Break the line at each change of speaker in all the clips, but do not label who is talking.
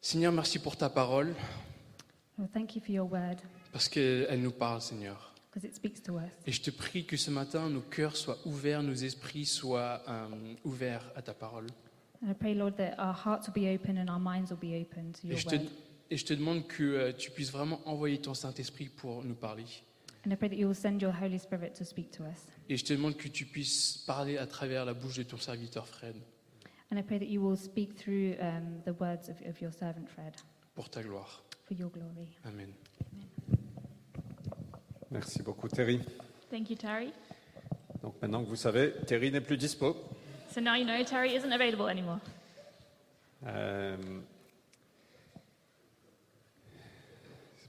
Seigneur, merci pour ta parole,
Well, thank you for your word
parce qu'elle nous parle, Seigneur.
because it speaks to us.
Et je te prie que ce matin, nos cœurs soient ouverts, nos esprits soient euh, ouverts à ta parole.
And I pray, Lord, that our hearts will be open and our minds will be open to
Et
your
je, te,
word.
et je te demande que euh, tu puisses vraiment envoyer ton Saint-Esprit pour nous parler.
And I pray that you will send your Holy Spirit to speak to us.
Et je te demande que tu puisses parler à travers la bouche de ton serviteur Fred,
And I pray that you will speak through um, the words of, of your servant Fred
pour ta gloire.
for your glory.
Amen.
Merci beaucoup, Terry.
Thank you, Terry.
Donc maintenant que vous savez, Terry n'est plus dispo.
So now you know Terry isn't available anymore.
Euh,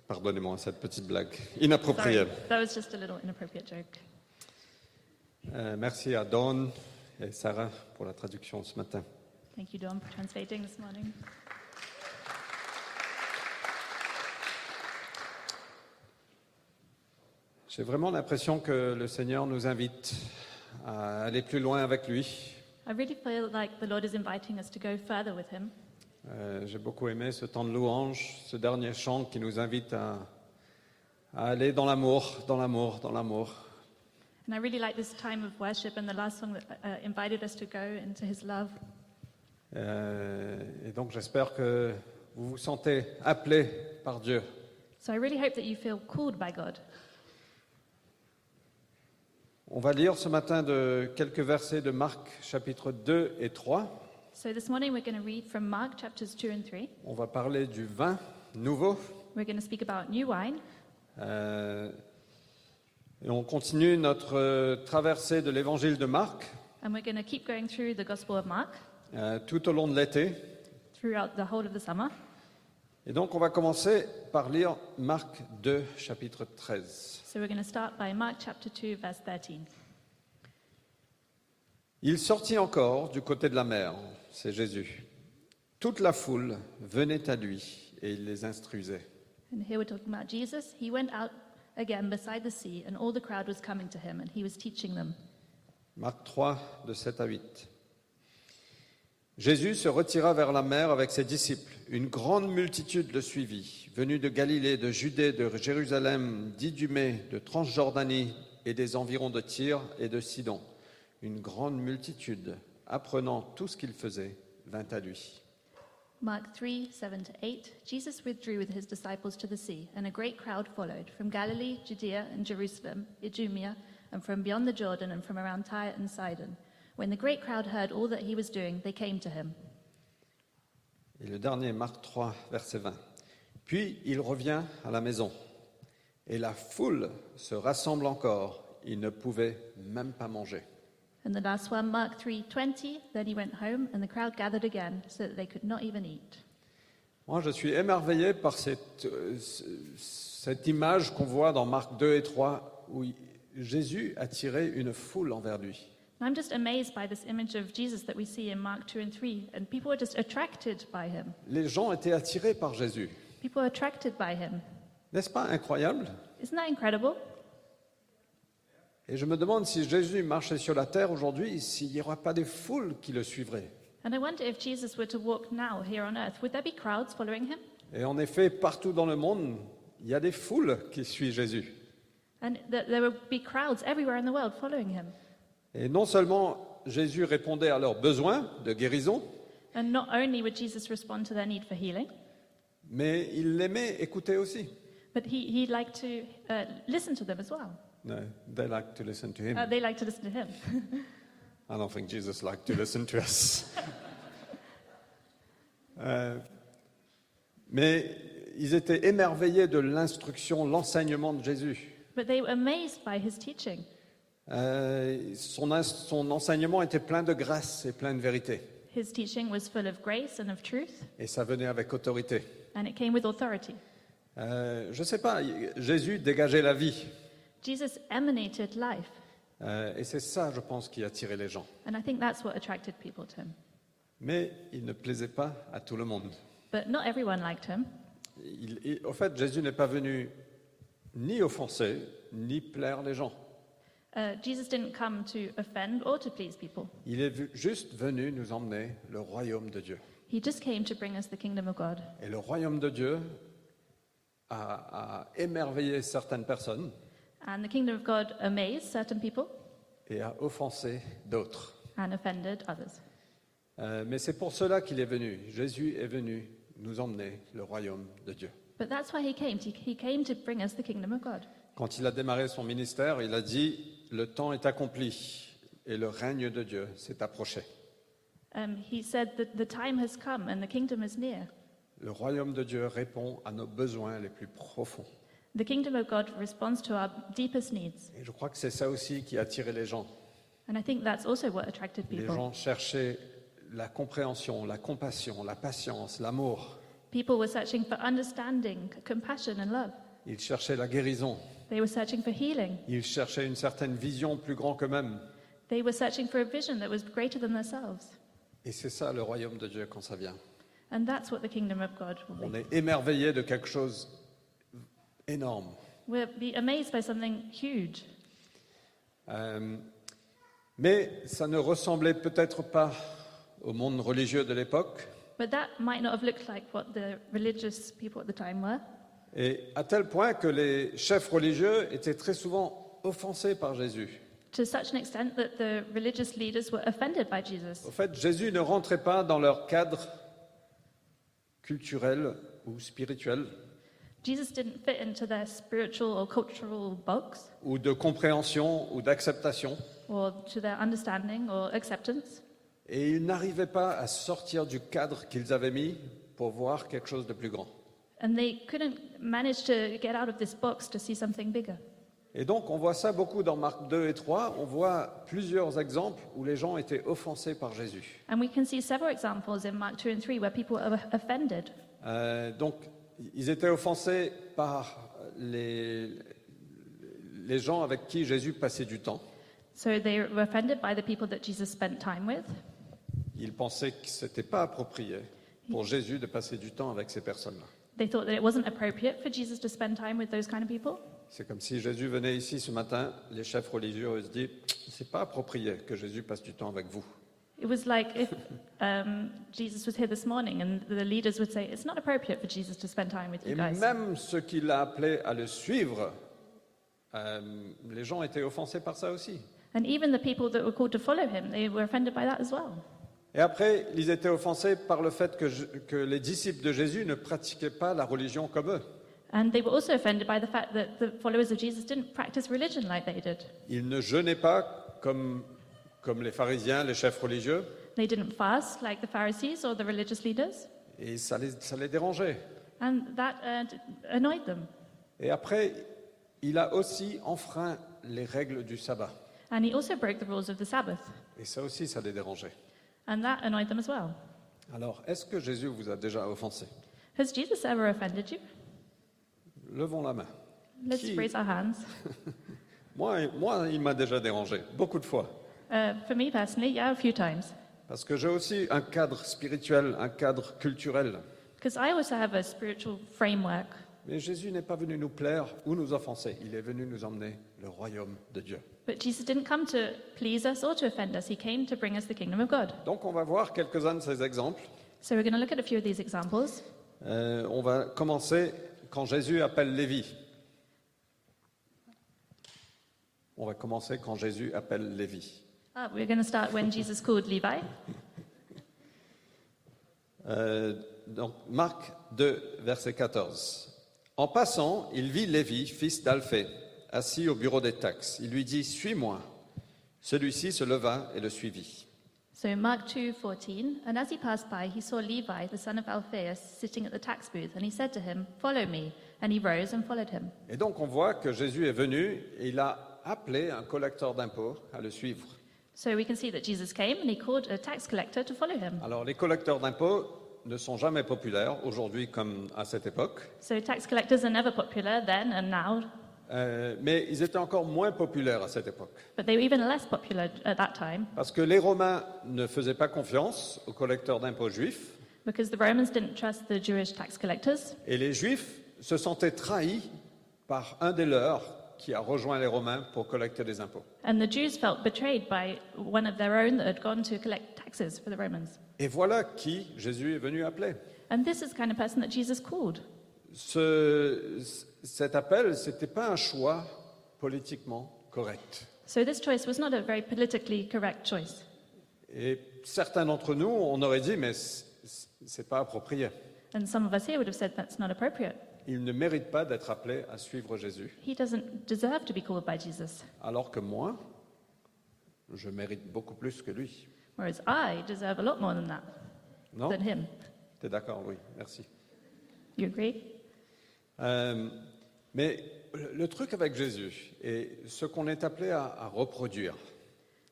Pardonnez-moi cette petite blague
Sorry,
inappropriée.
that was just a little inappropriate joke.
Euh, merci à Dawn et Sarah pour la traduction ce matin.
Thank you, Dom, for translating this morning.
J'ai vraiment l'impression que le Seigneur nous invite à aller plus loin avec lui.
I really feel like the Lord is inviting us to go further with Him.
Euh, J'ai beaucoup aimé ce temps de louange, ce dernier chant qui nous invite à, à aller dans l'amour, dans l'amour, dans l'amour.
And I really like this time of worship and the last song that uh, invited us to go into His love.
Euh, et donc j'espère que vous vous sentez appelé par Dieu.
So I really hope that you feel called by God.
On va lire ce matin de quelques versets de Marc chapitre 2 et 3.
So this morning we're going to read from Mark chapters 2 and 3.
On va parler du vin nouveau.
We're going to speak about new wine.
Euh, et on continue notre euh, traversée de l'évangile de Marc
And we're going to keep going through the Gospel of Mark
euh, tout au long de l'été.
throughout the whole of the summer.
Et donc on va commencer par lire Marc 2 chapitre 13.
So we're going to start by Mark chapter 2, verse 13.
Il sortit encore du côté de la mer, c'est Jésus. Toute la foule venait à lui et il les instruisait.
And here we're talking about Jesus. He went out again beside the sea, and all the crowd was coming to him, and he was teaching them.
Marc 3, de 7 à 8. Jésus se retira vers la mer avec ses disciples. Une grande multitude le suivit, venue de Galilée, de Judée, de Jérusalem, d'Idumée, de Transjordanie et des environs de Tyr et de Sidon. Une grande multitude, apprenant tout ce qu'il faisait, vint à lui.
Mark 3, 7 to 8. Jesus withdrew with his disciples to the sea, and a great crowd followed from Galilee, Judea, and Jerusalem, Idumea, and from beyond the Jordan, and from around Tyre and Sidon. When the great crowd heard all that he was doing, they came to him.
Et le dernier, Marc 3, verset 20. Puis il revient à la maison. Et la foule se rassemble encore. Il ne pouvait même pas manger.
And the last one, Mark 3, 20. Then he went home, and the crowd gathered again, so that they could not even eat.
Moi, je suis émerveillé par cette, euh, ce- cette image qu'on voit dans Marc 2 et 3, où il- Jésus attirait une foule envers lui.
And I'm just amazed by this image of Jesus that we see in Mark 2 and 3. And people are just attracted by him.
Les gens étaient attirés par Jésus.
People are attracted by him.
N'est-ce pas incroyable
Isn't that incredible?
Et je me demande si Jésus marchait sur la terre aujourd'hui, s'il n'y aura pas des foules qui le suivraient.
And I wonder if Jesus were to walk now here on earth, would there be crowds following him?
Et en effet, partout dans le monde, il y a des foules qui suivent Jésus.
And that there would be crowds everywhere in the world following him.
Et non seulement Jésus répondait à leurs besoins de guérison,
And not only would Jesus respond to their need for healing,
mais il l'aimait écouter aussi.
but he, he liked to uh, listen to them as well.
No, they like to listen to him.
Uh, they like to listen to him.
I don't think Jesus liked to listen to us. Euh, mais ils étaient émerveillés de l'instruction, l'enseignement de Jésus.
but they were amazed by his teaching.
Euh, son, ins- son enseignement était plein de grâce et plein de vérité.
His teaching was full of grace and of truth,
Et ça venait avec autorité.
and it came with authority.
Euh, je ne sais pas, Jésus dégageait la vie.
Jesus emanated life,
Euh, et c'est ça, je pense, qui attirait les gens.
and I think that's what attracted people to him.
Mais il ne plaisait pas à tout le monde.
But not everyone liked him.
Il- il- au fait, Jésus n'est pas venu ni offenser, ni plaire les gens.
Uh, Jesus didn't come to offend or to please people.
Il est vu- juste venu nous emmener le royaume de Dieu.
He just came to bring us the kingdom of God.
Et le royaume de Dieu a, a émerveillé certaines personnes
And the kingdom of God amazed certain people
et a offensé d'autres.
and offended others.
Euh, mais c'est pour cela qu'il est venu. Jésus est venu nous emmener le royaume de Dieu.
But that's why he came. He, he came to bring us the kingdom of God.
Quand il a démarré son ministère, il a dit, le temps est accompli et le règne de Dieu s'est approché.
Um, he said that the time has come and the kingdom is near.
Le royaume de Dieu répond à nos besoins les plus profonds.
The kingdom of God responds to our deepest needs.
Et je crois que c'est ça aussi qui a attiré les gens.
And I think that's also what attracted
Les
people.
gens cherchaient la compréhension, la compassion, la patience, l'amour.
People were searching for understanding, compassion, and love.
Ils cherchaient la guérison.
They were searching for healing.
Ils cherchaient une certaine vision plus grand qu'eux-mêmes.
They were searching for a vision that was greater than themselves.
Et c'est ça le royaume de Dieu quand ça vient.
And that's what the kingdom of God will
On
be.
est émerveillé de quelque chose énorme.
We'll be amazed by something huge.
Euh, mais ça ne ressemblait peut-être pas au monde religieux de l'époque.
But that might not have looked like what the religious people at the time were.
Et à tel point que les chefs religieux étaient très souvent offensés par Jésus.
to such an extent that the religious leaders were offended by Jesus.
Au fait, Jésus ne rentrait pas dans leur cadre culturel ou spirituel
Jesus didn't fit into their spiritual or cultural box
ou de compréhension ou d'acceptation.
or to their understanding or acceptance.
Et ils n'arrivaient pas à sortir du cadre qu'ils avaient mis pour voir quelque chose de plus grand.
And they couldn't manage to get out of this box to see something bigger.
Et donc, on voit ça beaucoup dans Marc 2 et 3. On voit plusieurs exemples où les gens étaient offensés par Jésus.
And we can see several examples in Mark 2 and 3 where people are offended.
Euh, donc, ils étaient offensés par les, les gens avec qui Jésus passait du temps.
So they were offended by the people that Jesus spent time with.
Ils pensaient que ce n'était pas approprié pour Jésus de passer du temps avec ces personnes-là.
They thought that it wasn't appropriate for Jesus to spend time with those kind of people.
C'est comme si Jésus venait ici ce matin, les chefs religieux se disent c'est pas approprié que Jésus passe du temps avec vous.
It was like if um, Jesus was here this morning and the leaders would say, It's not appropriate for Jesus to spend time with
Et
you guys.
même ceux qui l'appelaient à le suivre, euh, les gens étaient offensés par ça aussi.
And even the people that were called to follow him, they were offended by that as well.
Et après, ils étaient offensés par le fait que, je- que les disciples de Jésus ne pratiquaient pas la religion comme eux.
And they were also offended by the fact that the followers of Jesus didn't practice religion like they did.
Ils ne jeûnaient pas comme, comme les pharisiens, les chefs religieux,
They didn't fast like the Pharisees or the religious leaders.
et ça les, ça les dérangeait.
And that uh, d- annoyed them.
Et après, il a aussi enfreint les règles du sabbat.
And he also broke the rules of the Sabbath.
Et ça aussi, ça les dérangeait.
And that annoyed them as well.
Alors, est-ce que Jésus vous a déjà offensé
Has Jesus ever offended you?
Levons la main.
Let's
Qui-
raise our hands.
Moi, moi, il m'a déjà dérangé, beaucoup de fois.
Uh, for me personally, yeah, a few times.
Parce que j'ai aussi un cadre spirituel, un cadre culturel.
Because I also have a spiritual framework.
Mais Jésus n'est pas venu nous plaire ou nous offenser. Il est venu nous emmener le royaume de Dieu.
But Jesus didn't come to please us or to offend us. He came to bring us the kingdom of God.
Donc on va voir quelques-uns de ces exemples.
So we're going to look at a few of these examples.
Euh, on va commencer quand Jésus appelle Lévi. On va commencer quand Jésus appelle Lévi.
Uh, we're going to start when Jesus called Levi.
Euh, donc Marc 2, verset 14. En passant, il vit Lévi, fils d'Alphée, assis au bureau des taxes. Il lui dit, Suis-moi. Celui-ci se leva et le suivit.
So Mark 2:14, and as he passed by, he saw Levi, the son of Alphaeus, sitting at the tax booth, and he said to him, "Follow me." And he rose and followed him.
Et donc on voit que Jésus est venu et il a appelé un collecteur d'impôts à le suivre.
So we can see that Jesus came and he called a tax collector to follow him.
Alors les collecteurs d'impôts ne sont jamais populaires aujourd'hui comme à cette époque,
So tax collectors are never popular then and now,
Euh, mais ils étaient encore moins populaires à cette époque.
but they were even less popular at that time
Parce que les Romains ne faisaient pas confiance aux collecteurs d'impôts juifs
because the Romans didn't trust the Jewish tax collectors
et les juifs se sentaient trahis par un des leurs qui a rejoint les Romains pour collecter des impôts.
And the Jews felt betrayed by one of their own that had gone to collect taxes for the Romans.
Et voilà qui Jésus est venu appeler.
And this is the kind of person that Jesus called.
Ce- cet appel, ce n'était pas un choix politiquement correct.
So this choice was not a very politically correct choice.
Et certains d'entre nous, on aurait dit, mais c- c- c'est pas approprié.
And some of us here would have said that's not appropriate.
Il ne mérite pas d'être appelé à suivre Jésus,
He doesn't deserve to be called by Jesus,
alors que moi, je mérite beaucoup plus que lui.
whereas I deserve a lot more than that,
Non
than him.
T'es d'accord, Louis Merci.
You agree?
Euh, mais le le truc avec Jésus et ce qu'on est appelé à- à reproduire,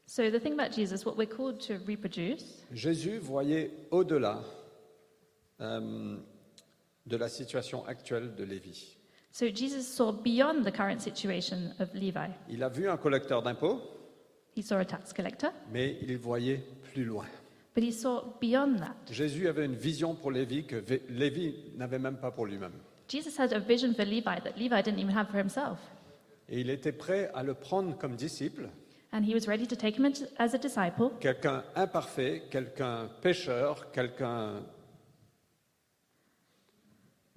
So the thing about Jesus, what we're called to reproduce,
Jésus voyait au-delà euh, de la situation actuelle de Lévi.
so Jesus saw beyond the current situation of Levi.
Il a vu un collecteur d'impôts,
He saw a tax collector,
mais il voyait plus loin.
but he saw beyond that.
Jésus avait une vision pour Lévi que Vé- Lévi n'avait même pas pour lui-même.
Jesus had a vision for Levi that Levi didn't even have for himself,
Et il était prêt à le prendre comme disciple,
and he was ready to take him as- as a disciple,
quelqu'un imparfait, quelqu'un pécheur, quelqu'un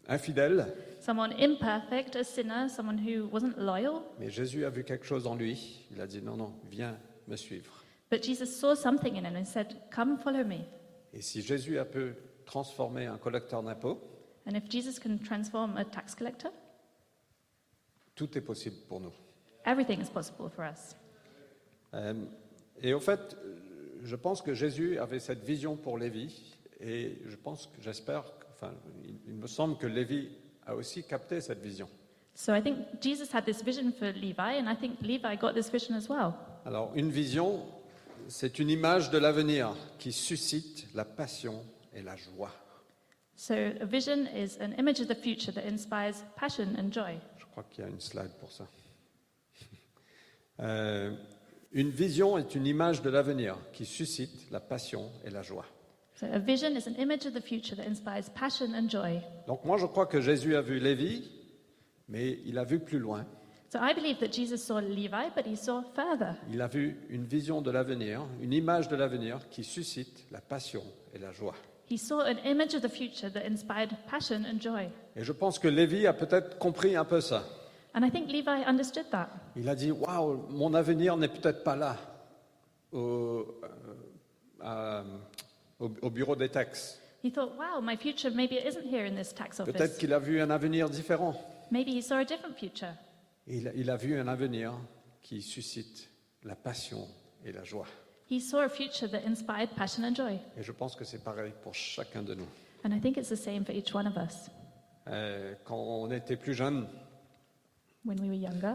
infidèle.
someone imperfect, a sinner, someone who wasn't loyal,
Mais Jésus a vu quelque chose en lui. Il a dit non, non, viens me suivre.
But Jesus saw something in him and said, Come, follow me.
Et si Jésus a pu transformer un collecteur d'impôts,
And if Jesus can transform a tax collector,
tout est possible pour nous.
everything is possible for us.
Euh, et au fait, euh, je pense que Jésus avait cette vision pour Lévi, et je pense que j'espère, que- enfin, il, il me semble que Lévi a aussi capté cette vision.
So I think Jesus had this vision for Levi, and I think Levi got this vision as well.
Alors, une vision, c'est une image de l'avenir qui suscite la passion et la joie.
So a vision is an image of the future that inspires passion and joy.
Je crois qu'il y a une slide pour ça. Euh, une vision est une image de l'avenir qui suscite la passion et la joie.
So a vision is an image of the future that inspires passion and joy.
Donc moi, je crois que Jésus a vu Lévi, mais il a vu plus loin.
So I believe that Jesus saw Levi, but he saw further.
Il a vu une vision de l'avenir, une image de l'avenir qui suscite la passion et la joie.
He saw an image of the future that inspired passion and joy.
Et je pense que Lévi a peut-être compris un peu ça.
And I think Levi understood that.
Il a dit Waouh, mon avenir n'est peut-être pas là, au, euh, à- au- au bureau des taxes.
He thought, wow, my future maybe it isn't here in this tax
Peut-être
office.
qu'il a vu un avenir différent.
Maybe he saw a different future.
Il, il a vu un avenir qui suscite la passion et la joie.
He saw a future that inspired passion and joy.
Et je pense que c'est pareil pour chacun de nous.
And I think it's the same for each one of us.
Euh, quand on était plus jeune,
When we were younger,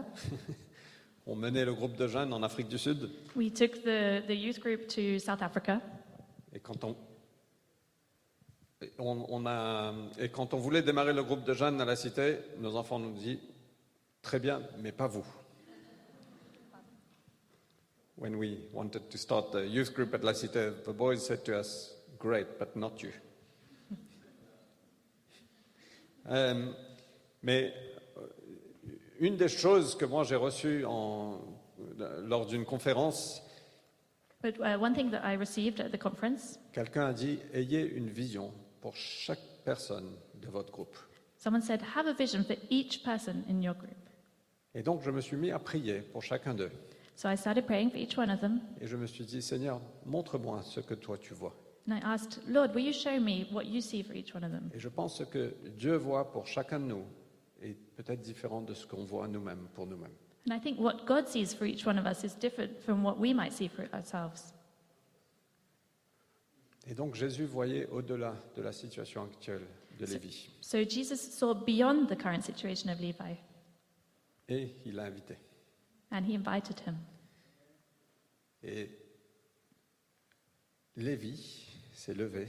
on menait le groupe de jeunes en Afrique du Sud.
we took the, the youth group to South Africa.
Et quand on, et on- on a, et quand on voulait démarrer le groupe de jeunes à la cité, nos enfants nous disent Très bien, mais pas vous. When we wanted to start the youth group at La Cité, the boys said to us, Great, but not you. Euh, mais euh, une des choses que moi j'ai reçues en- lors d'une conférence,
But uh, one thing that I received at the conference,
Quelqu'un a dit Ayez une vision pour chaque personne de votre groupe.
someone said, have a vision for each person in your group.
Et donc, je me suis mis à prier pour chacun d'eux.
So I started praying for each one of them.
Et je me suis dit Seigneur, montre-moi ce que toi tu vois.
And I asked, Lord, will you show me what you see for each one of them?
Et je pense que ce que Dieu voit pour chacun de nous est peut-être différent de ce qu'on voit nous-mêmes pour nous-mêmes.
And I think what God sees for each one of us is different from what we might see for ourselves.
Et donc, Jésus voyait au-delà de la situation actuelle de Lévi.
So Jesus saw beyond the current situation of Levi,
Et il l'a invité.
and he invited him.
Et Lévi s'est levé,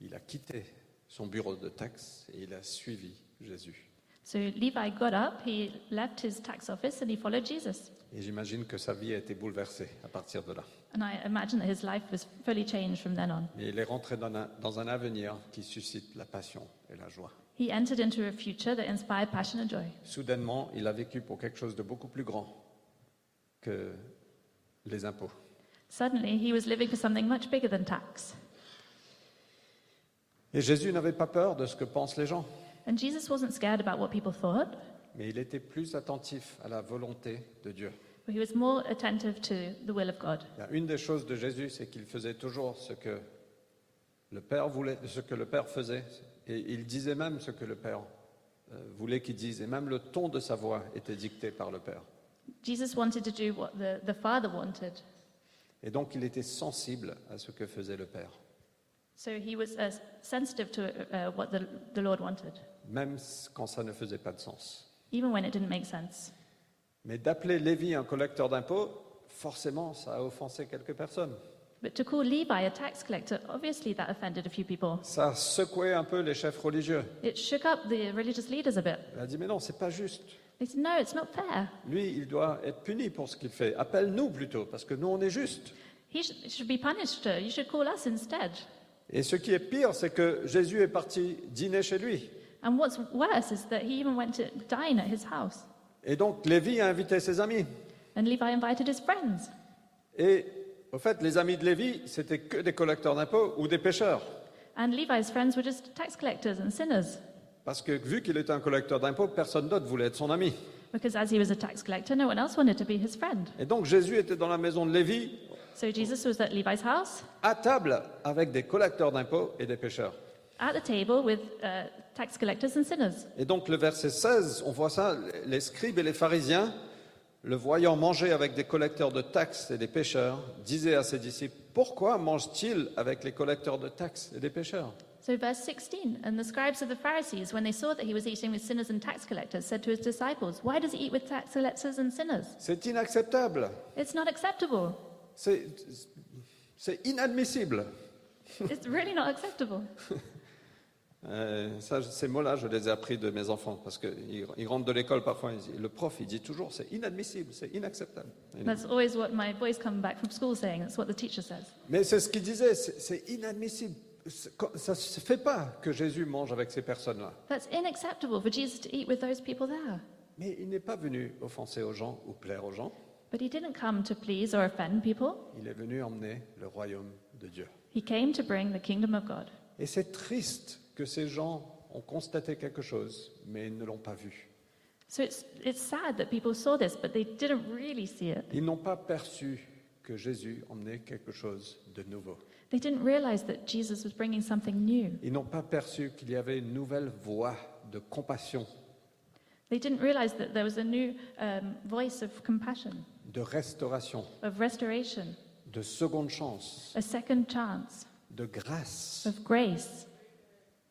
il a quitté son bureau de taxes et il a suivi Jésus.
So Levi got up, he left his tax office, and he followed Jesus.
Et j'imagine que sa vie a été bouleversée à partir de là.
And I imagine that his life was fully changed from then on.
Mais il est rentré dans un, dans un avenir qui suscite la passion et la joie.
He entered into a future that inspired passion and joy.
Soudainement, il a vécu pour quelque chose de beaucoup plus grand que les impôts.
Suddenly, he was living for something much bigger than tax.
Et Jésus n'avait pas peur de ce que pensent les gens,
And Jesus wasn't scared about what people thought,
mais il était plus attentif à la volonté de Dieu.
but he was more attentive to the will of God.
Il y a Une des choses de Jésus, c'est qu'il faisait toujours ce que le Père voulait, ce que le Père faisait, et il disait même ce que le Père euh, voulait qu'il dise, et même le ton de sa voix était dicté par le Père.
Jesus wanted to do what the, the Father wanted,
Et donc il était sensible à ce que faisait le Père,
so he was uh, sensitive to uh, what the, the Lord wanted,
même quand ça ne faisait pas de sens.
even when it didn't make sense.
Mais d'appeler Lévi un collecteur d'impôts, forcément, ça a offensé quelques personnes.
But to call Levi a tax collector, obviously that offended a few people.
Ça a secoué un peu les chefs religieux.
It shook up the religious leaders a bit.
Il a dit Mais non, c'est pas juste.
They said, no, it's not fair.
Lui, il doit être puni pour ce qu'il fait. Appelle-nous plutôt, parce que nous, on est juste.
He sh- should be punished. uh, You should call us instead.
Et ce qui est pire, c'est que Jésus est parti dîner chez lui.
And what's worse is that he even went to dine at his house.
Et donc, Lévi a invité ses amis.
And Levi invited his friends.
Et au fait, les amis de Lévi, c'était que des collecteurs d'impôts ou des pêcheurs.
And Levi's friends were just tax collectors and sinners.
Parce que vu qu'il était un collecteur d'impôts, personne d'autre voulait être son ami.
Because as he was a tax collector, no one else wanted to be his friend.
Et donc, Jésus était dans la maison de Lévi,
So Jesus was at Levi's house,
à table avec des collecteurs d'impôts et des pêcheurs.
at the table with uh, tax collectors and sinners.
Et donc le verset 16, on voit ça, les scribes et les pharisiens, le voyant manger avec des collecteurs de taxes et des pêcheurs, disaient à ses disciples, pourquoi mange-t-il avec les collecteurs de taxes et des pêcheurs
So verse 16, and the scribes of the Pharisees, when they saw that he was eating with sinners and tax collectors, said to his disciples, Why does he eat with tax collectors and sinners?
C'est inacceptable,
It's not acceptable.
c'est c'est inadmissible.
It's really not acceptable.
Euh, ça, ces mots-là, je les ai appris de mes enfants, parce qu'ils ils rentrent de l'école parfois, ils disent- le prof, il dit toujours, c'est inadmissible, c'est inacceptable.
And that's always what my boys come back from school saying. That's what the teacher says.
Mais c'est ce qu'il disait, c'est c'est inadmissible. C'est- Ça ne se fait pas que Jésus mange avec ces personnes-là.
That's unacceptable for Jesus to eat with those people there.
Mais il n'est pas venu offenser aux gens ou plaire aux gens.
But he didn't come to please or offend people.
Il est venu emmener le royaume de Dieu.
He came to bring the kingdom of God.
Et c'est triste que ces gens ont constaté quelque chose, mais ils ne l'ont pas vu.
So it's, it's sad that people saw this, but they didn't really see it.
Ils n'ont pas perçu que Jésus emmenait quelque chose de nouveau.
They didn't realize that Jesus was bringing something new.
Ils n'ont pas perçu qu'il y avait une nouvelle voie de compassion,
They didn't realize that there was a new um, voice of compassion,
de restauration,
of restoration,
de seconde chance,
a second chance,
de grâce.
of grace.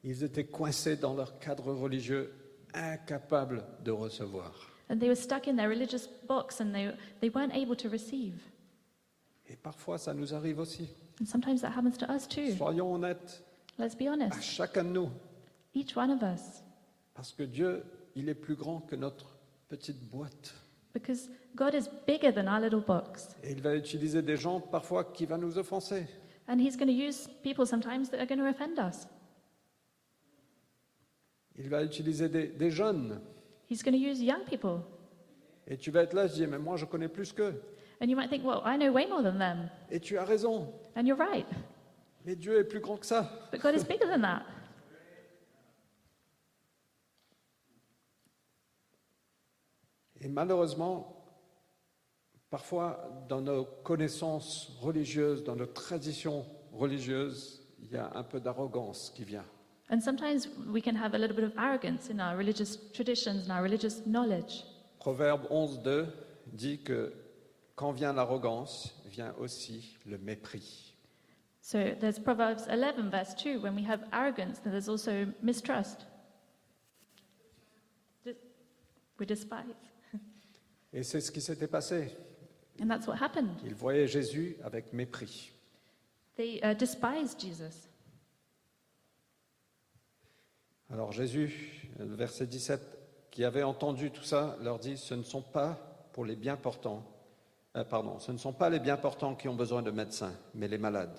Ils étaient coincés dans leur cadre religieux, incapables de recevoir.
And they were stuck in their religious box and they, they weren't able to receive.
Et parfois, ça nous arrive aussi.
And sometimes that happens to us too.
Soyons honnêtes,
Let's be
à
honest,
chacun de nous,
each one of us,
parce que Dieu, il est plus grand que notre petite boîte.
because God is bigger than our little box.
Et il va utiliser des gens parfois qui vont nous offenser.
And He's going to use people sometimes that are going to offend us.
Il va utiliser des, des jeunes.
He's going to use young people.
Et tu vas être là, je dis, mais moi je connais plus qu'eux.
And you might think, well, I know way more than them.
Et tu as raison,
And you're right.
mais Dieu est plus grand que ça.
But God is bigger than that.
Et malheureusement, parfois dans nos connaissances religieuses, dans nos traditions religieuses, il y a un peu d'arrogance qui vient.
And sometimes we can have a little bit of arrogance in our religious traditions and our religious knowledge.
Proverbe 11.2 dit que quand vient l'arrogance, vient aussi le mépris.
So there's Proverbs 11, verse 2, when we have arrogance, then there's also mistrust. Dis- We despise.
Et c'est ce qui s'était passé.
And that's what happened.
Ils voyaient Jésus avec mépris.
They uh, despised Jesus.
Alors Jésus, le verset 17, qui avait entendu tout ça, leur dit, ce ne sont pas pour les bien portants Euh, pardon, ce ne sont pas les bien portants qui ont besoin de médecins, mais les malades.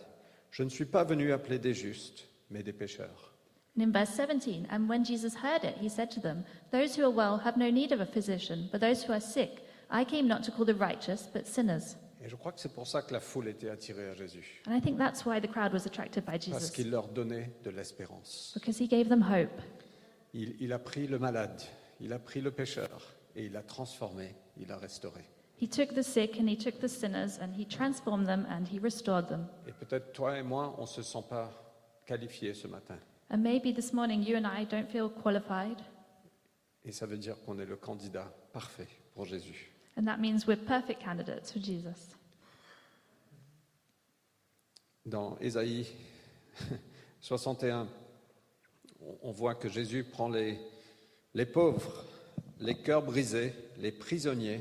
Je ne suis pas venu appeler des justes, mais des pécheurs.
And in verse 17, and when Jesus heard it, he said to them, Those who are well have no need of a physician, but those who are sick. I came not to call the righteous, but sinners.
Et je crois que c'est pour ça que la foule était attirée à Jésus,
And I think that's why the crowd was attracted by
parce
Jesus,
qu'il leur donnait de l'espérance.
because he gave them hope.
Il, il a pris le malade, il a pris le pécheur, et il l'a transformé, il l'a restauré.
He took the sick and he took the sinners and he transformed them and he restored them.
Et peut-être toi et moi, on ne se sent pas qualifiés ce matin.
And maybe this morning you and I don't feel qualified,
Et ça veut dire qu'on est le candidat parfait pour Jésus.
and that means we're perfect candidates for Jesus.
Dans Ésaïe 61, on- on voit que Jésus prend les, les pauvres, les cœurs brisés, les prisonniers,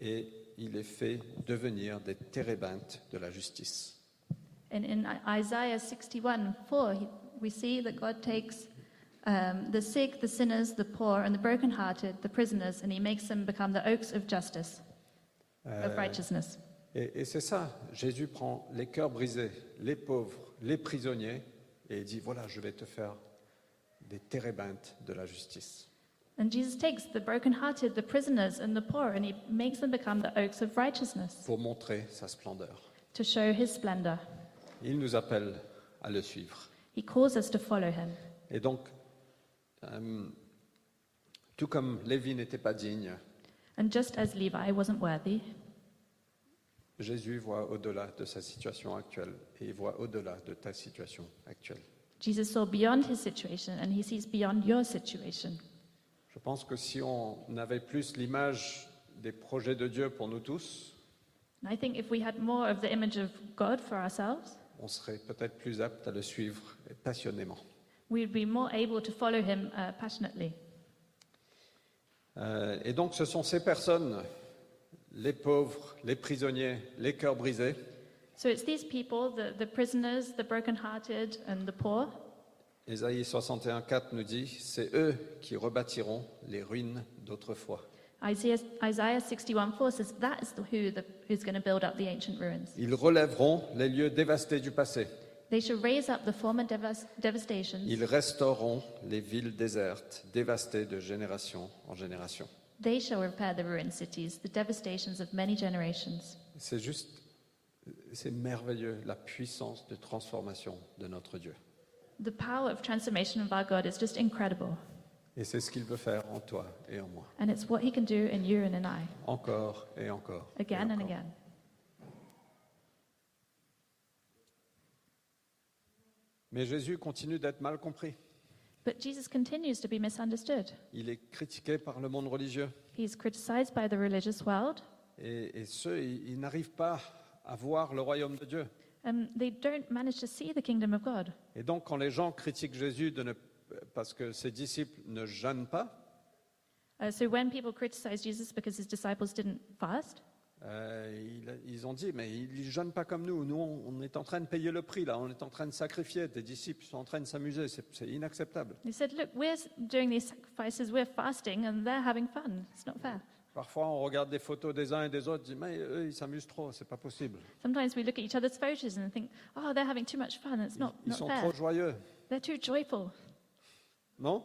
et il les fait devenir des térébintes de la justice.
In, in Isaiah 61 4, he, we see that God takes um, the sick, the sinners, the poor, and the brokenhearted, the prisoners, and he makes them become the oaks of justice, of
Euh,
righteousness.
Et, et c'est ça, Jésus prend les cœurs brisés, les pauvres, les prisonniers, et il dit, voilà, je vais te faire des térébintes de la justice.
And Jesus takes the brokenhearted, the prisoners, and the poor, and he makes them become the oaks of righteousness
pour montrer sa splendeur.
to show his splendor.
Il nous appelle à le suivre.
He calls us to follow him.
Et donc, euh, tout comme Lévi n'était pas digne,
And just as Levi wasn't worthy,
Jésus voit au-delà de sa situation actuelle et il voit au-delà de ta situation actuelle.
Jesus saw beyond his situation and he sees beyond your situation.
Je pense que si on avait plus l'image des projets de Dieu pour nous tous,
And I think if we had more of the image of God for ourselves,
on serait peut-être plus apte à le suivre passionnément.
we'd be more able to follow him uh, passionately.
Euh, et donc, ce sont ces personnes, les pauvres, les prisonniers, les cœurs brisés,
So it's these people, the, the prisoners, the brokenhearted, and the poor.
Ésaïe 61.4 nous dit, c'est eux qui rebâtiront les ruines d'autrefois.
Isaiah, Isaiah 61 4 says that is the, who the, who's going to build up the ancient ruins.
Ils relèveront les lieux dévastés du passé.
They shall raise up the former devas- devastations.
Ils restaureront les villes désertes, dévastées de génération en génération.
They shall repair the ruined cities, the devastations of many generations.
C'est juste, c'est merveilleux la puissance de transformation de notre Dieu.
The power of transformation of our God is just incredible,
Et c'est ce qu'il veut faire en toi et en moi,
and it's what He can do in you and in I,
encore et encore. et
again and
encore.
again.
Mais Jésus continue d'être mal compris.
But Jesus continues to be misunderstood.
Il est critiqué par le monde religieux.
He's criticized by the religious world,
Et, et ceux, ils, ils n'arrivent pas à voir le royaume de Dieu.
and Um, they don't manage to see the kingdom of God.
Et donc, quand les gens critiquent Jésus de ne- parce que ses disciples ne jeûnent pas,
Uh, so when people criticize Jesus because his disciples didn't fast,
euh, ils, ils ont dit, mais ils ne jeûnent pas comme nous. Nous, on, on est en train de payer le prix, là. On est en train de sacrifier. Tes disciples sont en train de s'amuser. C'est c'est inacceptable.
they said, Look, we're s- doing these sacrifices, we're fasting, and they're having fun. It's not fair.
Parfois, on regarde des photos des uns et des autres, on dit, mais eux, ils s'amusent trop. C'est pas possible.
Sometimes we look at each other's photos and think, Oh, they're having too much fun. It's
Ils,
not,
ils
not
sont
fair.
trop joyeux.
They're too joyful.
Non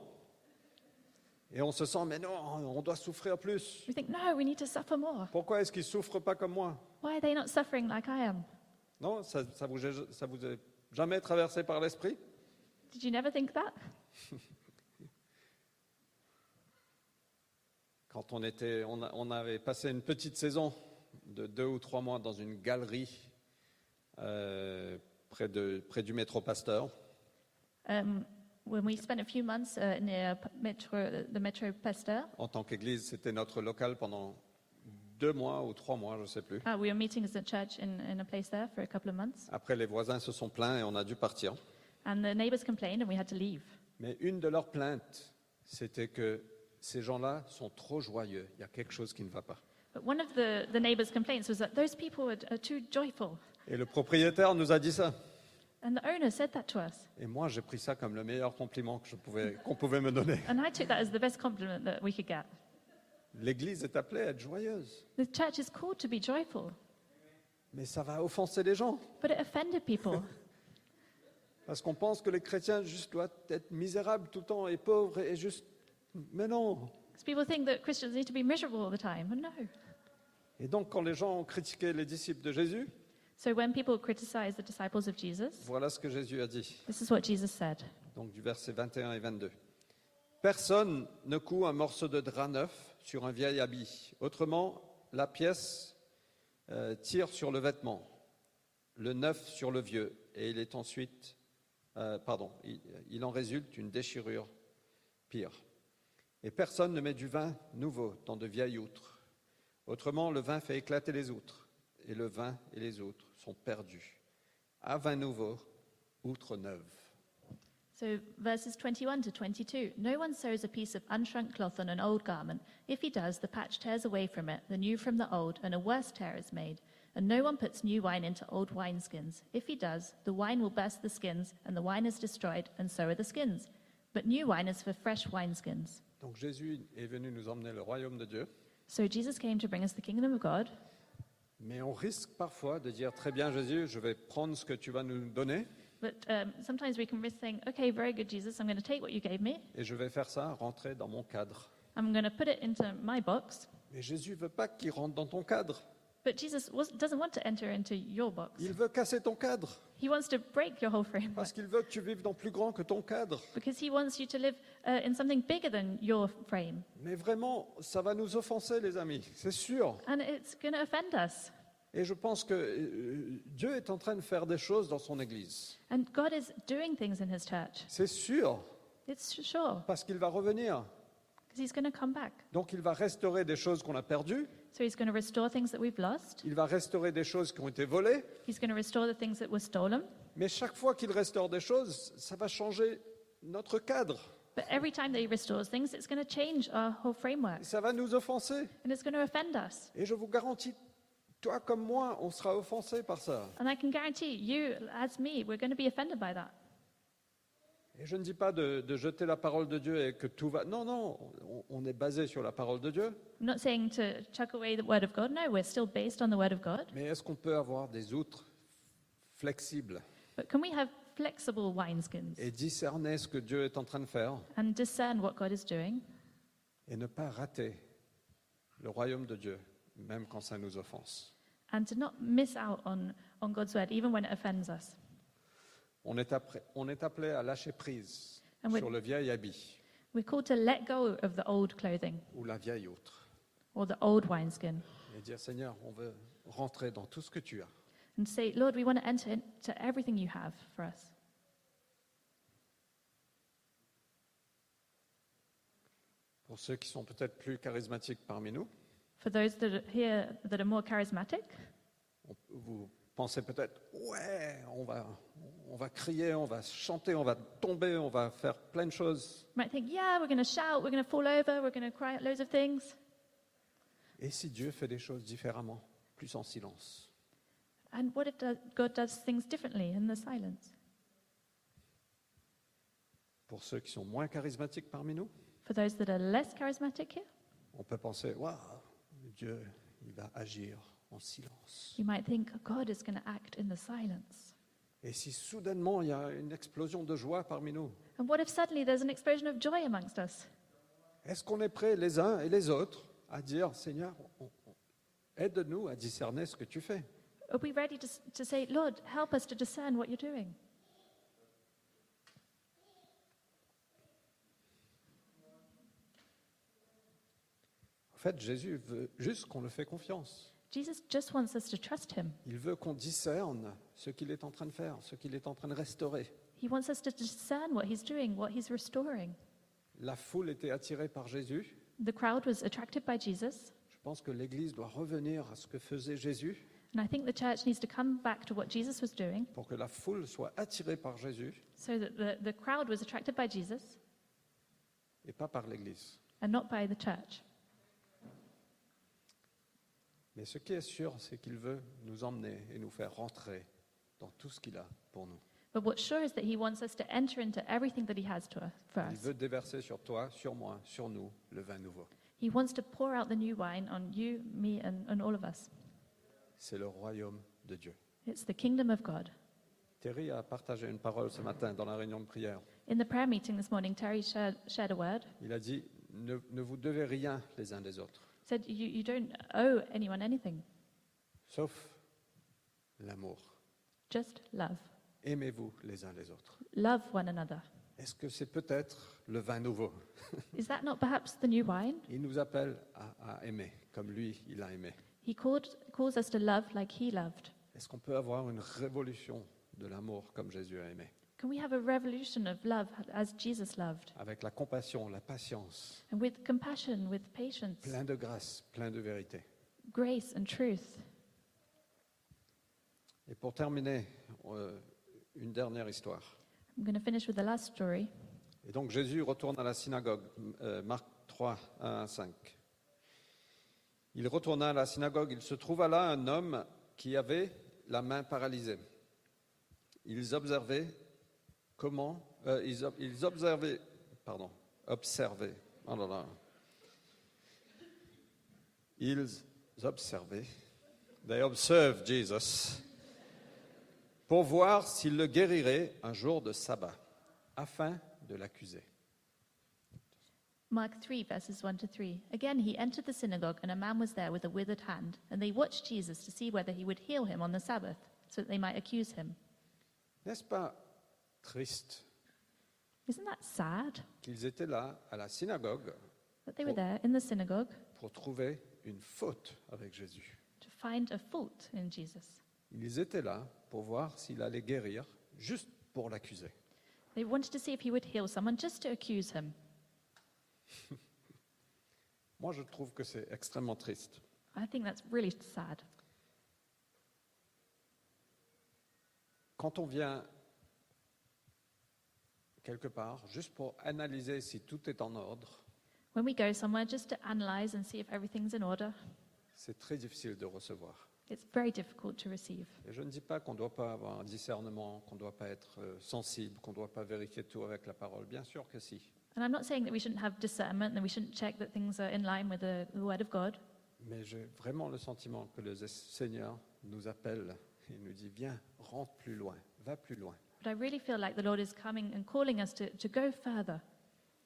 Et on se sent, mais non, on doit souffrir plus.
We think, no, we need to suffer more.
Pourquoi est-ce qu'ils souffrent pas comme moi
Why are they not suffering like I am?
Non, ça, ça vous, ça vous est jamais traversé par l'esprit
Did you never think that?
Quand on, était, on, a- on avait passé une petite saison de deux ou trois mois dans une galerie euh, près, de, près du métro Pasteur,
Um, when we spent a few months uh, near P- Metro, uh, the Metro Pasteur,
en tant qu'église, c'était notre local pendant deux mois ou trois mois, je ne sais plus.
uh, we were meeting as a church in, in a place there for a couple of months,
Après, les voisins se sont plaints et on a dû partir.
and the neighbors complained and we had to leave.
Mais une de leurs plaintes, c'était que ces gens-là sont trop joyeux. Il y a quelque chose qui ne va pas.
But one of the, the neighbors' complaints was that those people are, are too joyful.
Et le propriétaire nous a dit ça.
And the owner said that to us.
Et moi, j'ai pris ça comme le meilleur compliment que je pouvais- qu'on pouvait me donner.
And I took that as the best compliment that we could get.
L'Église est appelée à être joyeuse,
The church is called to be joyful,
mais ça va offenser les gens
but it offended people
parce qu'on pense que les chrétiens juste doivent être misérables tout le temps et pauvres et juste. Mais non.
because people think that Christians need to be miserable all the time. But no.
Et donc, quand les gens ont critiqué les disciples de Jésus,
So when people criticize the disciples of Jesus,
voilà ce que Jésus a dit.
this is what Jesus said.
donc du verset 21 et 22. Personne ne coud un morceau de drap neuf sur un vieil habit. Autrement, la pièce euh, tire sur le vêtement, le neuf sur le vieux, et il est ensuite, euh, pardon, il, il en résulte une déchirure pire. Et personne ne met du vin nouveau dans de vieilles outres. Autrement, le vin fait éclater les outres, et le vin et les outres sont perdus. À vin nouveau, outre neuve.
So verses 21 to 22 No one sews a piece of unshrunk cloth on an old garment. If he does, the patch tears away from it, the new from the old, and a worse tear is made. And no one puts new wine into old wineskins. If he does, the wine will burst the skins, and the wine is destroyed, and so are the skins. But new wine is for fresh wineskins.
Donc Jésus est venu nous emmener le royaume de Dieu,
So Jesus came to bring us the kingdom of God,
mais on risque parfois de dire très bien Jésus, je vais prendre ce que tu vas nous donner
but um, sometimes we can risk saying, Okay, very good, Jesus, I'm going to take what you gave me,
et je vais faire ça rentrer dans mon cadre.
I'm going to put it into my box.
Mais Jésus veut pas qu'il rentre dans ton cadre.
But Jesus was, doesn't want to enter into your box.
Il veut casser ton cadre
He wants to break your whole framework
parce qu'il veut que tu vives dans plus grand que ton cadre.
because he wants you to live uh, in something bigger than your frame.
Mais vraiment, ça va nous offenser les amis, c'est sûr.
And it's going to offend us.
Et je pense que euh, Dieu est en train de faire des choses dans son église.
And God is doing things in his church.
C'est sûr
It's sure
parce qu'il va revenir.
because he's going to come back.
Donc il va restaurer des choses qu'on a perdues,
So he's going to restore things that we've lost.
il va restaurer des choses qui ont été volées.
He's going to restore the things that were stolen.
Mais chaque fois qu'il restaure des choses, ça va changer notre cadre.
But every time that he restores things, it's going to change our whole framework
Et ça va nous offenser.
and it's going to offend us.
Et je vous garantis, toi comme moi, on sera offensé par ça.
And I can guarantee you, as me, we're going to be offended by that.
Et je ne dis pas de, de jeter la parole de Dieu et que tout va. Non, non, on, on est basé sur la parole de Dieu.
I'm not saying to chuck away the word of God. No, we're still based on the word of God.
Mais est-ce qu'on peut avoir des outres flexibles
But can we have flexible wineskins?
et discerner ce que Dieu est en train de faire
and discern what God is doing
et ne pas rater le royaume de Dieu, même quand ça nous offense
and to not miss out on, on God's word, even when it offends us.
On est, appré- on est appelé à lâcher prise
Ah oui.
sur le vieil habit
We're called to let go of the old clothing
ou la vieille outre.
or the old wineskin
et dire Seigneur, on veut rentrer dans tout ce que tu as.
and say, Lord, we want to enter into everything you have for us.
Pour ceux qui sont peut-être plus charismatiques parmi nous,
For those that are here that are more charismatic,
on- vous pensez peut-être ouais, on va, on va crier, on va chanter, on va tomber, on va faire plein de choses.
you might think, yeah, we're going to shout, we're going to fall over, we're going to cry out loads of things.
Et si Dieu fait des choses différemment, plus en silence
And what if do- God does things differently in the silence?
Pour ceux qui sont moins charismatiques parmi nous,
For those that are less charismatic here,
on peut penser waouh, Dieu, il va agir en silence.
you might think, God is going to act in the silence.
Et si soudainement il y a une explosion de joie parmi nous,
And what if suddenly there's an explosion of joy amongst us?
Est-ce qu'on est prêts les uns et les autres à dire, Seigneur, on- on- aide-nous à discerner ce que tu fais
Are we ready to, s- to say, Lord, help us to discern what you're doing?
En fait, Jésus veut juste qu'on le fait confiance.
Jesus just wants us to trust him.
Il veut qu'on discerne ce qu'il est en train de faire, ce qu'il est en train de restaurer.
He wants us to discern what he's doing, what he's restoring.
La foule était attirée par Jésus.
The crowd was attracted by Jesus,
Je pense que l'Église doit revenir à ce que faisait Jésus
and I think the church needs to come back to what Jesus was doing
pour que la foule soit attirée par Jésus
so that the, the crowd was attracted by Jesus
et pas par l'Église.
and not by the church.
Mais ce qui est sûr, c'est qu'il veut nous emmener et nous faire rentrer dans tout ce qu'il a pour nous.
But what's sure is that he wants us to enter into everything that he has to us, for
Il
us.
veut déverser sur toi, sur moi, sur nous, le vin nouveau.
He wants to pour out the new wine on you, me, and, and all of us.
C'est le royaume de Dieu.
It's the kingdom of God.
Terry a partagé une parole ce matin dans la réunion de prière.
In the prayer meeting this morning, Terry shared, shared a word.
Il a dit ne, ne vous devez rien les uns des autres,
said, you, you don't owe anyone anything,
sauf l'amour.
just love.
Aimez-vous les uns les autres.
Love one another.
Est-ce que c'est peut-être le vin nouveau
Is that not perhaps the new wine?
Il nous appelle à, à aimer comme lui, il a aimé.
He called, calls us to love like he loved.
Est-ce qu'on peut avoir une révolution de l'amour comme Jésus a aimé
Can we have a revolution of love as Jesus loved?
Avec la compassion, la patience,
And with compassion, with patience,
plein de grâce, plein de vérité.
grace, and truth.
Et pour terminer, euh, une dernière histoire.
I'm going to finish with the last story.
Et donc Jésus retourne à la synagogue, euh, Marc 3, 1 à 5. Il retourna à la synagogue, il se trouva là un homme qui avait la main paralysée. Ils observaient comment, euh, ils, ob- ils observaient, pardon, observaient, oh là là. Ils observaient, they observed Jesus, pour voir s'il le guérirait un jour de sabbat afin de l'accuser.
Mark 3, verses 1 to 3. Again, he entered the synagogue, and a man was there with a withered hand, and they watched Jesus to see whether he would heal him on the Sabbath, so that they might accuse him.
N'est-ce pas triste
Isn't that sad
qu'ils étaient là à la synagogue
that they were there in the synagogue
pour trouver une faute avec Jésus
to find a fault in Jesus.
Ils étaient là pour voir s'il allait guérir juste pour l'accuser.
They wanted to see if he would heal someone just to accuse him.
Moi, je trouve que c'est extrêmement triste.
I think that's really sad.
Quand on vient quelque part juste pour analyser si tout est en ordre,
When we go somewhere just to analyze and see if everything's in order,
c'est très difficile de recevoir.
it's very difficult to receive.
Et je ne dis pas qu'on ne doit pas avoir un discernement, qu'on ne doit pas être euh, sensible, qu'on ne doit pas vérifier tout avec la parole. Bien sûr que si.
And I'm not saying that we shouldn't have discernment, that we shouldn't check that things are in line with the, the Word of God,
Mais j'ai vraiment le sentiment que le Seigneur nous appelle et nous dit Viens, rentre plus loin, va plus loin.
but I really feel like the Lord is coming and calling us to, to go further.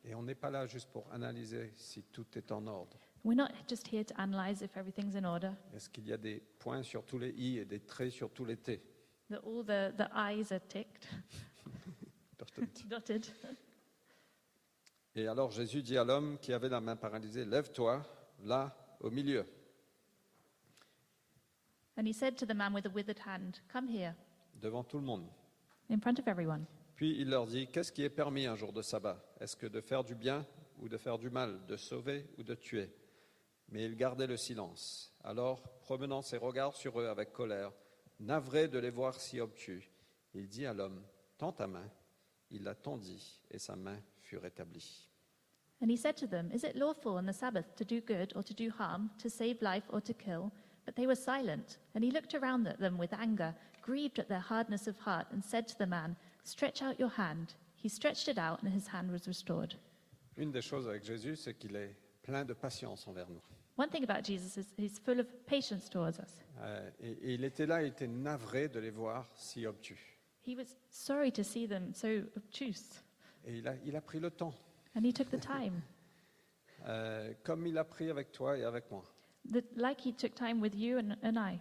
Et on n'est pas là juste pour analyser si tout est en ordre.
We're not just here to analyze if everything's in order,
Est-ce qu'il y a des points sur tous les i et des traits sur tous les t
that all the, the I's are ticked, dotted.
Et alors Jésus dit à l'homme qui avait la main paralysée Lève-toi, là, au milieu.
And he said to the man with the withered hand, Come here,
devant tout le monde.
in front of everyone.
Puis il leur dit, qu'est-ce qui est permis un jour de sabbat Est-ce que de faire du bien ou de faire du mal, de sauver ou de tuer Mais ils gardaient le silence. Alors, promenant ses regards sur eux avec colère, navré de les voir si obtus, il dit à l'homme, tends ta main. Il la tendit et sa main fut rétablie.
And he said to them, Is it lawful on the Sabbath to do good or to do harm, to save life or to kill? But they were silent. And he looked around at them with anger, grieved at their hardness of heart, and said to the man, Stretch out your hand. He stretched it out, and his hand was restored.
Une des choses avec Jésus, c'est qu'il est plein de patience envers nous.
One thing about Jesus is he's full of patience towards us.
Euh, et, et il était là, il était navré de les voir si obtus.
He was sorry to see them so obtuse,
Et il a- il a pris le temps,
and he took the time,
euh, comme il a pris avec toi et avec moi.
that, like he took time with you and, and I.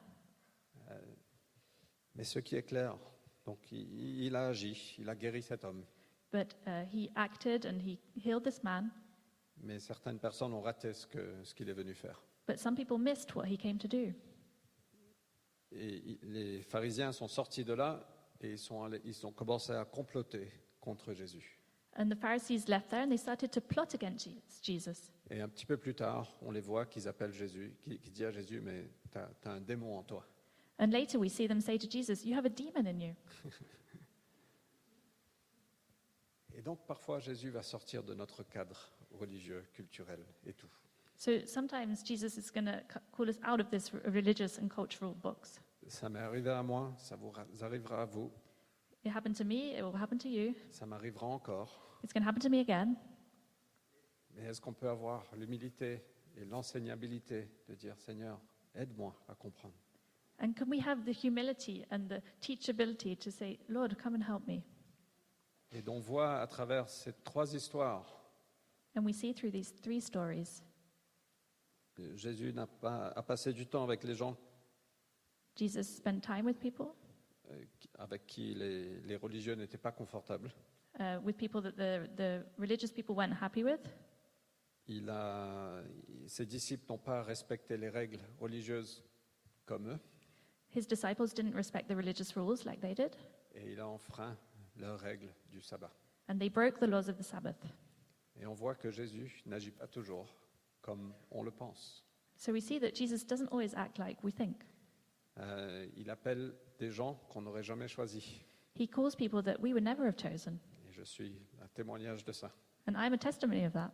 Mais ce qui est clair, donc il, il a agi, il a guéri cet homme.
But uh, he acted and he healed this man,
Mais certaines personnes ont raté ce que- ce qu'il est venu faire.
but some people missed what he came to do.
Et i- les pharisiens sont sortis de là et ils, sont allés- ils ont commencé à comploter contre Jésus.
And the Pharisees left there and they started to plot against Je- Jesus.
Et un petit peu plus tard, on les voit qu'ils appellent Jésus, qui, qui dit à Jésus, mais t'as as un démon en toi.
And later we see them say to Jesus, You have a demon in you.
Et donc parfois Jésus va sortir de notre cadre religieux, culturel et tout.
So sometimes Jesus is going to call us out of this r- religious and cultural box.
Ça m'est arrivé à moi, ça vous ra- ça arrivera à vous,
It happened to me, it will happen to you,
ça m'arrivera encore.
it's going to happen to me again.
Mais est-ce qu'on peut avoir l'humilité et l'enseignabilité de dire Seigneur, aide-moi à comprendre.
And can we have the humility and the teachability to say, Lord, come and help me?
Et on voit à travers ces trois histoires,
And we see through these three stories,
euh, Jésus n'a pas a passé du temps avec les gens
Jesus spent time with people,
euh, qui- avec qui les, les religieux n'étaient pas confortables.
uh, with people that the, the religious people weren't happy with.
Il a, ses disciples n'ont pas respecté les règles religieuses comme eux,
His disciples didn't respect the religious rules like they did,
et il a enfreint leurs règles du sabbat.
and they broke the laws of the Sabbath.
Et on voit que Jésus n'agit pas toujours comme on le pense.
So we see that Jesus doesn't always act like we think.
Euh, il appelle des gens qu'on n'aurait jamais choisis.
He calls people that we would never have chosen,
Et je suis un témoignage de ça.
and I'm a testimony of that.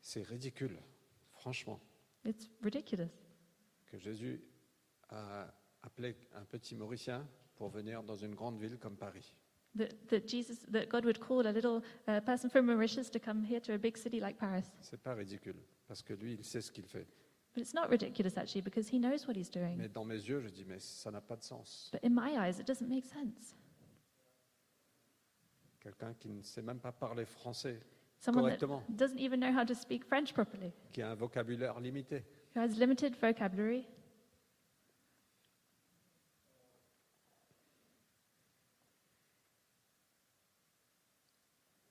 C'est ridicule, franchement,
It's ridiculous
que Jésus a appelé un petit Mauricien pour venir dans une grande ville comme Paris.
that, that Jesus, that God would call a little uh, person from Mauritius to come here to a big city like Paris.
C'est pas ridicule, parce que lui, il sait ce qu'il fait.
But it's not ridiculous actually, because He knows what He's doing.
Mais dans mes yeux, je dis, mais ça n'a pas de sens.
But in my eyes, it doesn't make sense.
Quelqu'un qui ne sait même pas parler français
Someone
Correctement.
that doesn't even know how to speak French properly,
qui a un vocabulaire limité.
who has limited vocabulary.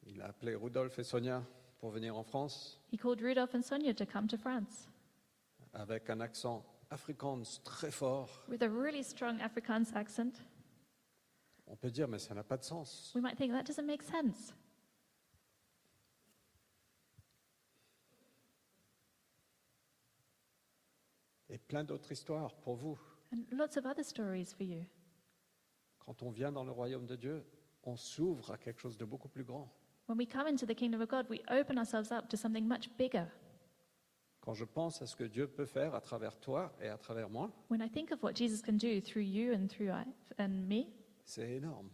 Il a appelé Rudolf et Sonia pour venir en France
He called Rudolph and Sonia to come to France
avec un accent afrikaans très fort.
with a really strong Afrikaans accent.
On peut dire, mais ça n'a pas de sens.
We might think that doesn't make sense.
Et plein d'autres histoires pour vous.
And lots of other stories for you.
Quand on vient dans le royaume de Dieu, on s'ouvre à quelque chose de beaucoup plus grand.
When we come into the kingdom of God, we open ourselves up to something much bigger.
Quand je pense à ce que Dieu peut faire à travers toi et à travers moi,
When I think of what Jesus can do through you and through I, and me,
c'est énorme.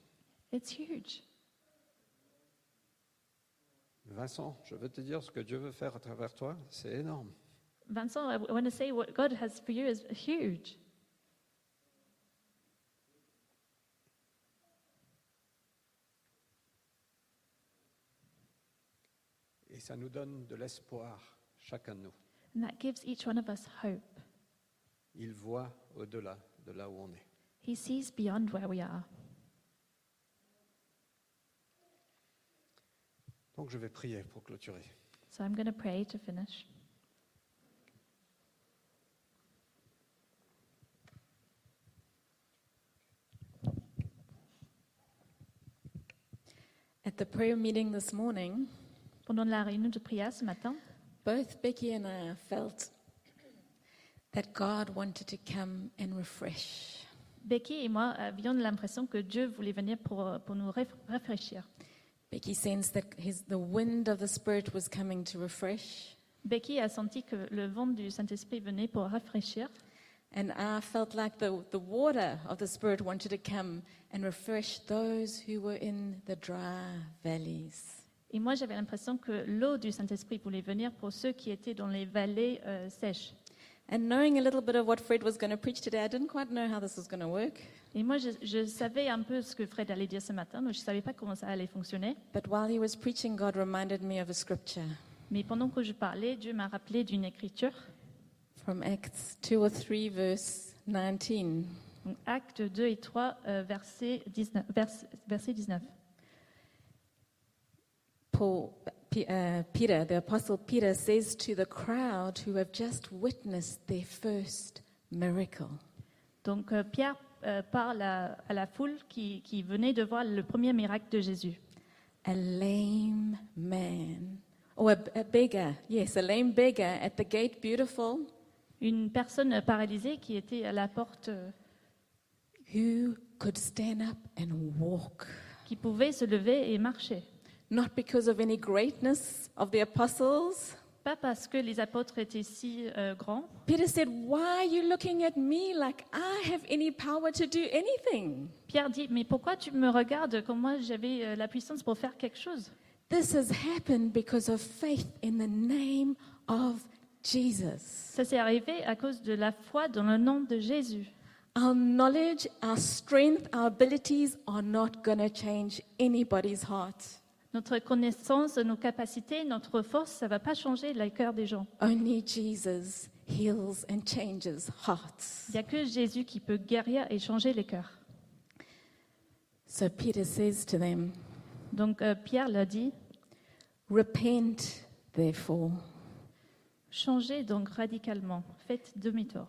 it's huge.
Vincent, je veux te dire ce que Dieu veut faire à travers toi, c'est énorme.
Vincent, I want to say what God has for you is huge.
Et ça nous donne de l'espoir, chacun de nous.
And that gives each one of us hope.
Il voit au-delà de là où on est.
He sees beyond where we are.
Donc je vais prier pour clôturer.
So I'm going to pray to finish.
At the prayer meeting this morning,
Pendant la réunion de prière ce matin,
both Becky and I felt that God wanted to come and refresh.
Becky et moi avions l'impression que Dieu voulait venir pour, pour nous réf- rafraîchir.
Becky sensed that his, the wind of the Spirit was coming to refresh,
Becky a senti que le vent du Saint-Esprit venait pour rafraîchir.
and I felt like the, the water of the Spirit wanted to come and refresh those who were in the dry valleys.
Et moi, j'avais l'impression que l'eau du Saint-Esprit voulait venir pour ceux qui étaient dans les vallées euh, sèches.
And knowing a little bit of what Fred was going to preach today, I didn't quite know how this was going to work.
Et moi, je, je savais un peu ce que Fred allait dire ce matin, mais je ne savais pas comment ça allait fonctionner.
But while he was preaching, God reminded me of a scripture
Mais pendant que je parlais, Dieu m'a rappelé d'une écriture,
from Acts 2 or 3, verse 19.
donc Actes 2 et 3, euh, verset, 19, vers- verset 19.
Paul, P- uh, Peter, the apostle Peter, says to the crowd who have just witnessed their first miracle,
Donc euh, Pierre euh, parle à, à la foule qui, qui venait de voir le premier miracle de Jésus.
a lame man, or a, a beggar, yes, a lame beggar at the gate, beautiful,
Une personne paralysée qui était à la porte, euh,
who could stand up and walk.
qui pouvait se lever et marcher.
Not because of any greatness of the apostles.
Pas parce que les apôtres étaient si euh, grands.
Peter said, Why are you looking at me like I have any power to do anything?
Pierre dit, mais pourquoi tu me regardes comme moi j'avais euh, la puissance pour faire quelque chose
This has happened because of faith in the name of Jesus.
Ça s'est arrivé à cause de la foi dans le nom de Jésus.
Our knowledge, our strength, our abilities are not going to change anybody's heart.
Notre connaissance, nos capacités, notre force, ça va pas changer le cœur des gens.
Only Jesus heals and changes hearts.
Il n'y a que Jésus qui peut guérir et changer les cœurs.
So Peter says to them,
Donc euh, Pierre l'a dit,
Repent, therefore,
changez donc radicalement, faites demi-tour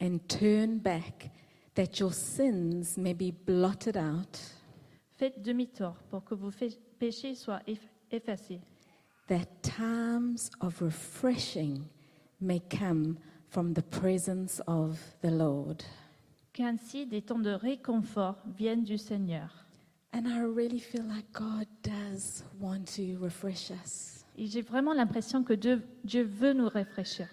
and turn back, that your sins may be blotted out,
Faites demi-tour pour que vos fé- péchés soient eff- effacés,
that times of refreshing may come from the presence of the Lord.
qu'ainsi des temps de réconfort viennent du Seigneur.
And I really feel like God does want to refresh us,
Et j'ai vraiment l'impression que Dieu, Dieu veut nous rafraîchir,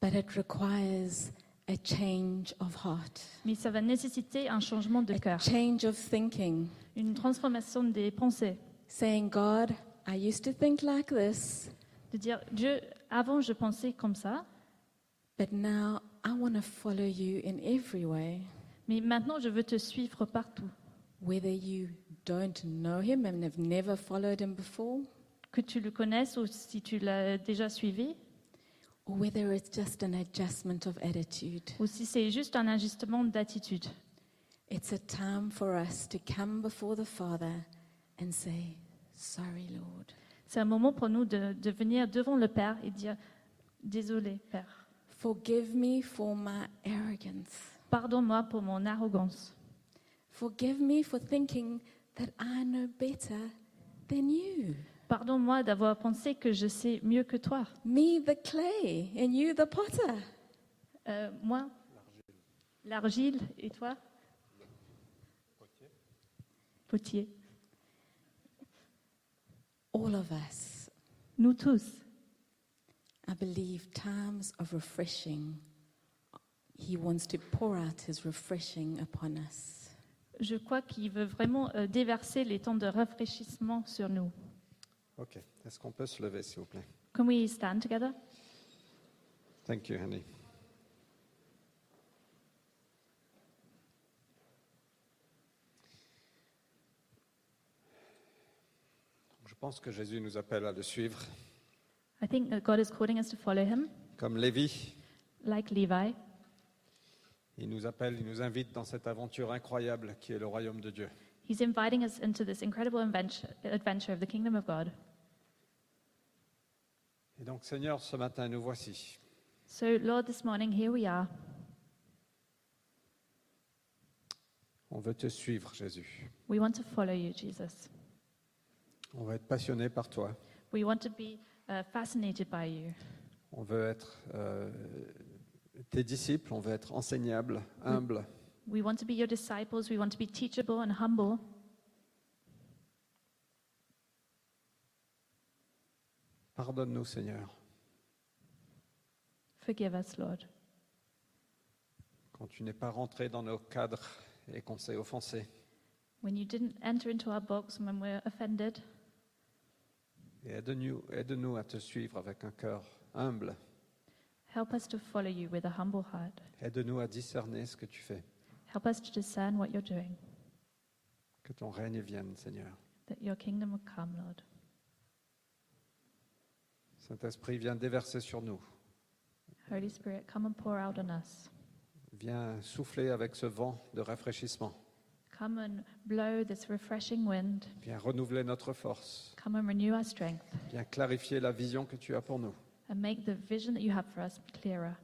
but it requires a change of heart,
mais ça va nécessiter un changement de
a
cœur,
change of thinking,
une transformation des pensées,
saying, God, I used to think like this,
de dire Dieu, avant je pensais comme ça,
but now I want to follow you in every way.
mais maintenant je veux te suivre partout.
Whether you don't know him and have never followed him before,
Que tu le connaisses ou si tu l'as déjà suivi,
or whether it's just an adjustment of attitude,
ou si c'est juste un ajustement d'attitude.
it's a time for us to come before the Father and say, Sorry, Lord.
C'est un moment pour nous de, de venir devant le Père et dire Désolé, Père,
Forgive me for my arrogance.
pardonne-moi pour mon arrogance.
Forgive me for thinking that I know better than you.
Pardonne-moi d'avoir pensé que je sais mieux que toi.
Me, the clay, and you, the potter.
Euh, moi, l'argile, et toi Potier.
All of us.
Nous tous.
I believe times of refreshing, He wants to pour out His refreshing upon us.
Je crois qu'il veut vraiment euh, déverser les temps de rafraîchissement sur nous.
OK. Est-ce qu'on peut se lever, s'il vous plaît?
Can we stand together?
Thank you, Henry. Je pense que Jésus nous appelle à le suivre,
I think that God is calling us to follow him,
comme Lévi.
like Levi.
Il nous appelle, il nous invite dans cette aventure incroyable qui est le royaume de Dieu.
He's inviting us into this incredible adventure, adventure of the kingdom of God.
Et donc, Seigneur, ce matin, nous voici.
So, Lord, this morning, here we are.
On veut te suivre, Jésus.
We want to follow you, Jesus.
On veut être passionné par toi.
We want to be uh, fascinated by you.
On veut être euh, tes disciples, on veut être enseignable, humble.
We want to be your disciples. We want to be teachable and humble.
Pardonne-nous, Seigneur.
Forgive us, Lord,
quand tu n'es pas rentré dans nos cadres et qu'on s'est offensé.
when you didn't enter into our box and when we're offended.
Et aide-nous aide-nous à te suivre avec un cœur humble.
Help us to follow you with a humble heart.
Aide-nous à discerner ce que tu fais.
Help us to discern what you're doing,
Que ton règne vienne, Seigneur.
that your kingdom will come, Lord.
Saint-Esprit, viens déverser sur nous.
Holy Spirit, come and pour out on us.
Viens souffler avec ce vent de rafraîchissement.
Come and blow this refreshing wind.
Viens renouveler notre force.
Come and renew our strength
Viens clarifier la vision que tu as pour nous.
and make the vision that you have for us clearer.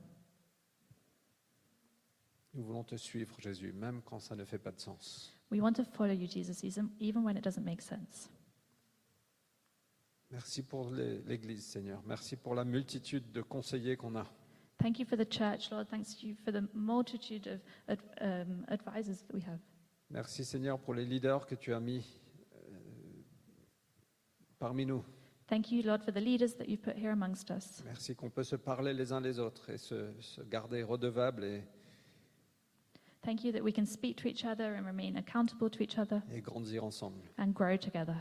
Nous voulons te suivre, Jésus, même quand ça ne fait pas de sens.
We want to follow you, Jesus, even- even when it doesn't make sense.
Merci pour l'É- l'Église, Seigneur. Merci pour la multitude de conseillers qu'on a.
Thank you for the church, Lord. Thanks to you for the multitude of ad- um, advisors that we have.
Merci Seigneur pour les leaders que tu as mis euh, parmi nous.
Thank you, Lord, for the leaders that you've put here amongst us.
Merci qu'on peut se parler les uns les autres et se, se garder redevables et,
Thank you that we can speak to each other and remain accountable to each other
et grandir ensemble.
and grow together.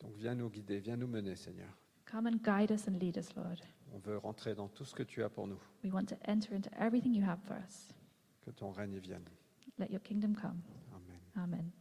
Donc viens nous guider, viens nous mener Seigneur.
Come and guide us and lead us, Lord.
On veut rentrer dans tout ce que tu as pour nous.
We want to enter into everything you have for us.
Que ton règne vienne.
Let your kingdom come.
Amen.
Amen.